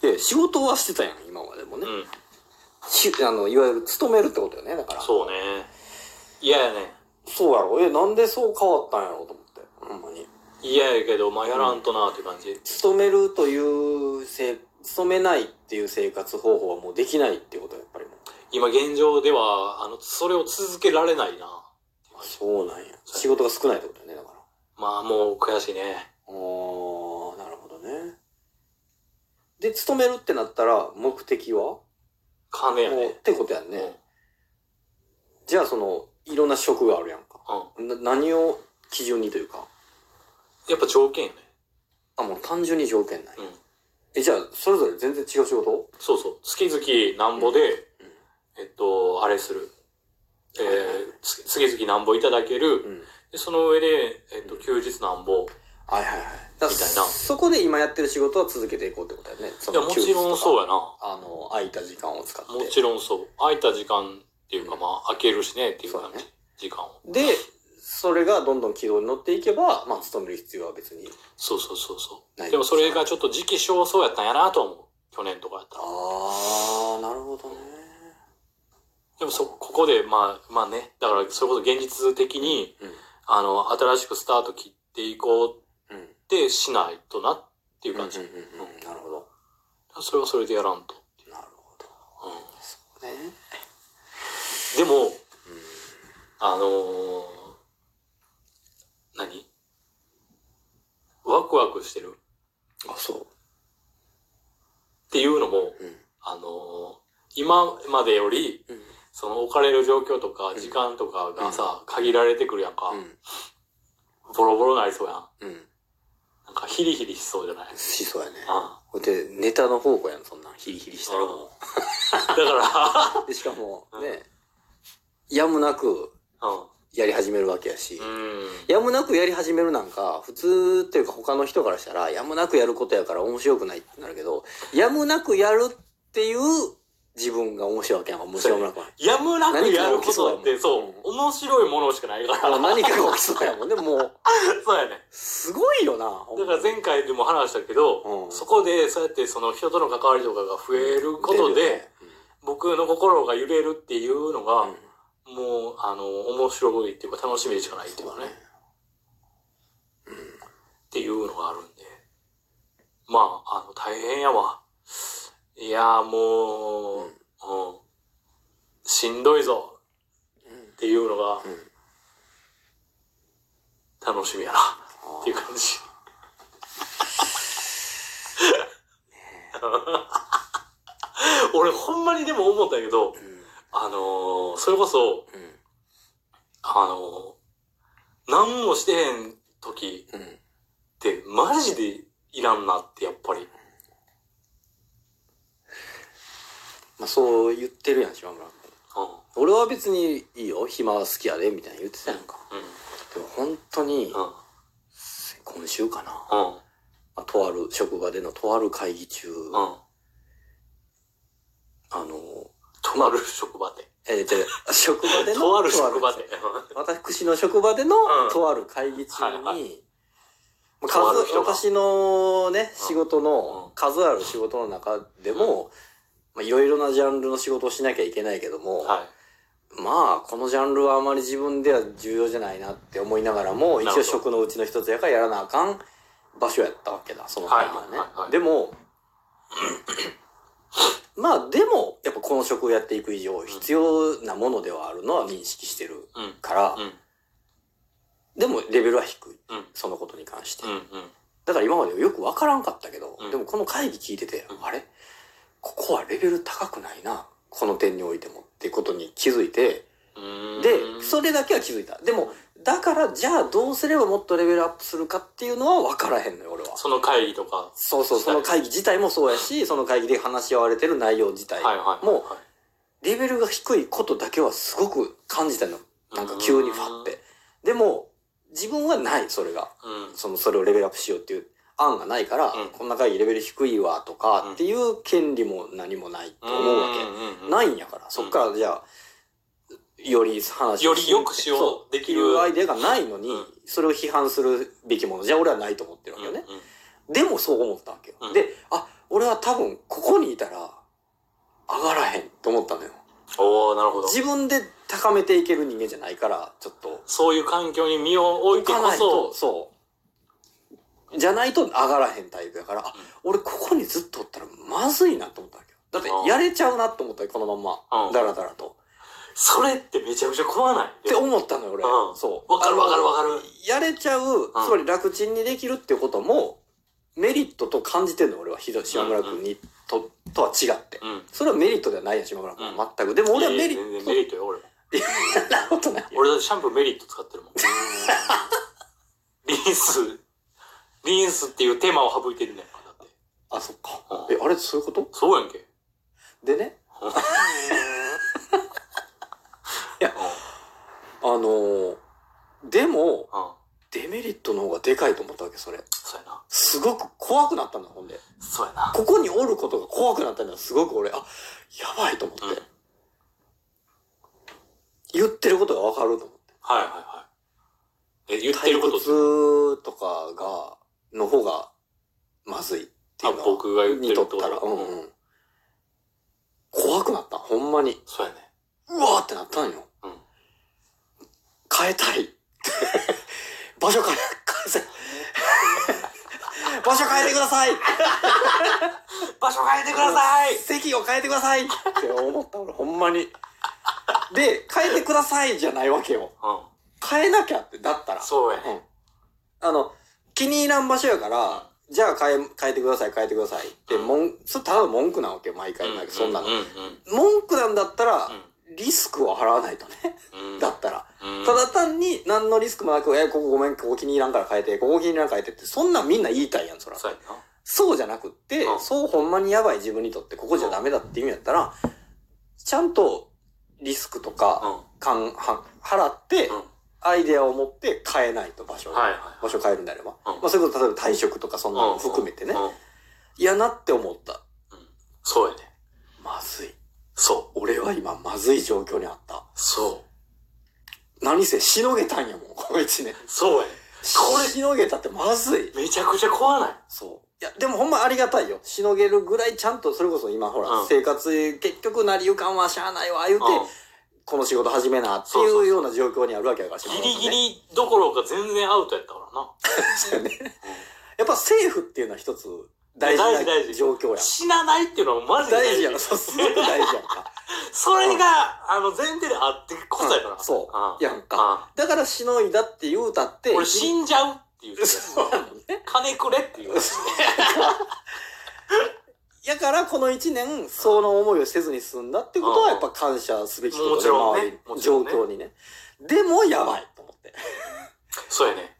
で仕事はしてたやん今までもね、うんしあのいわゆる勤めるってことよねだからそうね嫌やねそうやろえなんでそう変わったんやろうと思ってほんまに嫌やけどまあやらんとなって感じ、勤めるというせ勤めないっていう生活方法はもうできないってことはやっぱりもう今現状ではあのそれを続けられないなそうなんや仕事が少ないってことよねだからまあもう悔しいねおーなるほどねで勤めるってなったら目的は金やもうっねてことやんうね、んじゃあそのいろんな職があるやんかうんな何を基準にというかやっぱ条件やねあもう単純に条件ない、うんえじゃあそれぞれ全然違う仕事そうそう月々なんぼで、うんえっとあれするえはいはいはいー、つ月々なんぼいただける、うんでその上で、えっと、休日なんぼはいはいはいだからみたいなそこで今やってる仕事は続けていこうってことやねそいやのもちろんそうややなあの空いた時間を使ってもちろんそう空いた時間っていうかまあ空けるしねっていう感そうだじね時間をでそれがどんどん軌道に乗っていけばまあ勤める必要は別にそうそうそうそうないでもそれがちょっと時期尚早やったんやなとは思う去年とかやったらああなるほどねでもそここでまあまあねだからそれこそ現実的にあの新しくスタート切っていこううんうんってしないとなっていう感じ、うんうんうんうんなるほどそれはそれでやらんと、なるほどうんねでもあのー、何ワクワクしてるっあそていうのもううんあのー、今までよりうんその置かれる状況とかん時間とかがさ、限られてくるやんか、うんボロボロなりそうやんうんなんかヒリヒリしそうじゃない、うん、しそうやねだほいでネタの方向やんそんなんヒリヒリしたら もかうでしかもうんねやむなくら やり始めるわけやし、うんうんやむなくやり始めるなんか普通っていうか他の人からしたらやむなくやることやから面白くないってなるけどやむなくやるっていう自分が面白いわけやんか面白くなくないやむなくやることだ何かっが起て、きそうやそもんう、面白いものしかない から。もう何かが起きそうやもんねもうそうやね。すごいよなほんまだから前回でも話したけど、うんそこでそうやってその人との関わりとかが増えることで、出るよね僕の心が揺れるっていうのが、うんうんもう、あの、面白いっていうか楽しみでしかないっていうかね。っていうのがあるんで。まあ、あの、大変やわ。いやー、もう、うん、しんどいぞっていうのが、ん楽しみやなっていう感じ。 俺ほんまにでも思ったんやけど、あのーそれこそ、うんあのー何もしてへん時うんうんってマジでいらんなってやっぱり。まあそう言ってるやん島村君う俺は別にいいよ暇は好きやでみたいな言ってたやんかん。うん。でも本当にうん。今週かな、うん。まあ、とある職場でのとある会議中、うん。あのとある職場で。えー、じゃあ職場での とある職場で。私の職場でのうんとある会議中に、はいまはあとある数人が私のねうん仕事の、うん数ある仕事の中でもまあいろいろなジャンルの仕事をしなきゃいけないけども、はまあこのジャンルはあまり自分では重要じゃないなって思いながらもなる一ほ応ど職のうちの一つやからやらなあかん場所やったわけだその会議はね、はいはいはいはいでも まあでもやっぱこの職をやっていく以上必要なものではあるのは認識してるい。うん。から、うん。でもレベルは低いうん。そのことに関して、うん。うん。だから今までよくわからんかったけど、うんでもこの会議聞いてて、うんあれここはレベル高くないなこの点においてもってことに気づいてうーんでそれだけは気づいたでもだからじゃあどうすればもっとレベルアップするかっていうのは分からへんのよ俺はその会議とか。はそうそうその会議自体もそうやしその会議で話し合われてる内容自体いはい。もレベルが低いことだけはすごく感じたのなんか急にファってでも自分はないそれがうん。そのそれをレベルアップしようっていう案がないから、うんこんな会議レベル低いわとうんかっていう権利も何もないと思うわけ、けないんやから、そっからじゃあ、より話より良くしようででききるるアイデアがないのに、うんそれを批判するべきものじゃ俺はないと思ってるわけよね。うんうんでもそう思ったわけよ。うんで、あ、俺俺は多分、ここにいたら、上がらへんと思ったのよ。おおなるほど。自分で高めていける人間じゃないから、ちょっと。そういう環境に身を置いてこそ、そう。じゃないと上がらへんタイプやから、あうん、俺ここにずっとおったらまずいなと思ったわけよ。だあっあて、やれちゃうなと思ったよ、このまんうんま。だらだらと。それってめちゃくちゃ怖ない。って思ったのよ、俺う。んそう。わかるわかるわかる。やれちゃう、つまり楽ちんにできるっていうことも、メリットと感じてんの、俺は、ひど島村君に、と、とは違って。うん。それはメリットではないやん、島村君は。全く。でも俺はメリいやいやッ全然トメ。リットよ、俺も。そんなことないよ。俺だってシャンプーメリット使ってるもん。リンス、リンスっていう手間を省いてるねんから、だって。あ、そっかう。んえ、あれそういうことそうやんけ。でね、うんいやあのーでも、うん。うんデメリットの方がでかいと思ったわけ、それ。そうやな。すごく怖くなったんだ、ほんで。そうやな。ここにおることが怖くなったんだ、すごく俺、あ、やばいと思って。うん言ってることがわかると思って。はいはいはい。え、言ってることって、退屈とかが、の方が、まずいっていあうのは僕が言ってるにってとこったら、と。うんうん。怖くなった、ほんまに。そうやね。うわーってなったんよ。うん変えたい。場所変え、変えせ。場所変えてください場所変えてください席を変えてくださいって思った俺、ほんまに。で、変えてくださいじゃないわけよ。う変えなきゃって、だったら。ん。そうやうね。んあの、気に入らん場所やから、じゃあ変え、変えてください、変えてくださいって、もん、それただの文句なわけよ、毎回。そんなのう。んうん文句なんだったら、うリスクを払わないとね。んうん。だったら。うん、ただ単に何のリスクもなく、え、ここごめん、ここ気に入らんから変えて、ここ気に入らんから変えてって、そんなんみんな言いたいやん、そら。そうやな。そうじゃなくって、うんそうほんまにやばい自分にとって、ここじゃダメだって意味やったら、ちゃんとリスクとうか、ん。感、は、払って、うん。アイデアを持って変えないと場所を。はいは場所変えるんであれば。うんまあ、それこそ例えば退職とかそんいなはい。の含めてねう。ん。嫌なって思った。そうやね。まずい。そう。俺は今まずい状況にあった。そう。何せしのげたんやも ん、この一年。そうやね。これしのげたってまずい。めちゃくちゃ怖ない。そう。いや、でもほんまありがたいよ。しのげるぐらいちゃんと、それこそ今ほら、うん生活、結局なりゆかんはしゃあないわ、言うて、うこの仕事始めなってそうそうそいううような状況にあるわけやから、ん、ギリギ島村さんねリどころか全然アウトやったからな。そうね。 やっぱセーフっていうのは一つ大事大事大事な状況や。死なないっていうのはマジで大事やろ、そう、すごく大事やん か。それが、あの、前提であってこそやから。うんそう。ややんか。だからしのいだって言うたって、俺死んじゃうって言うてた そうなのね。金くれって言うてた。やからこの一年、その思いをせずに済んだってことうんはやっぱ感謝すべきこともちろんね周りもちろ状んね況にね。でもやばいと思って。そうやね。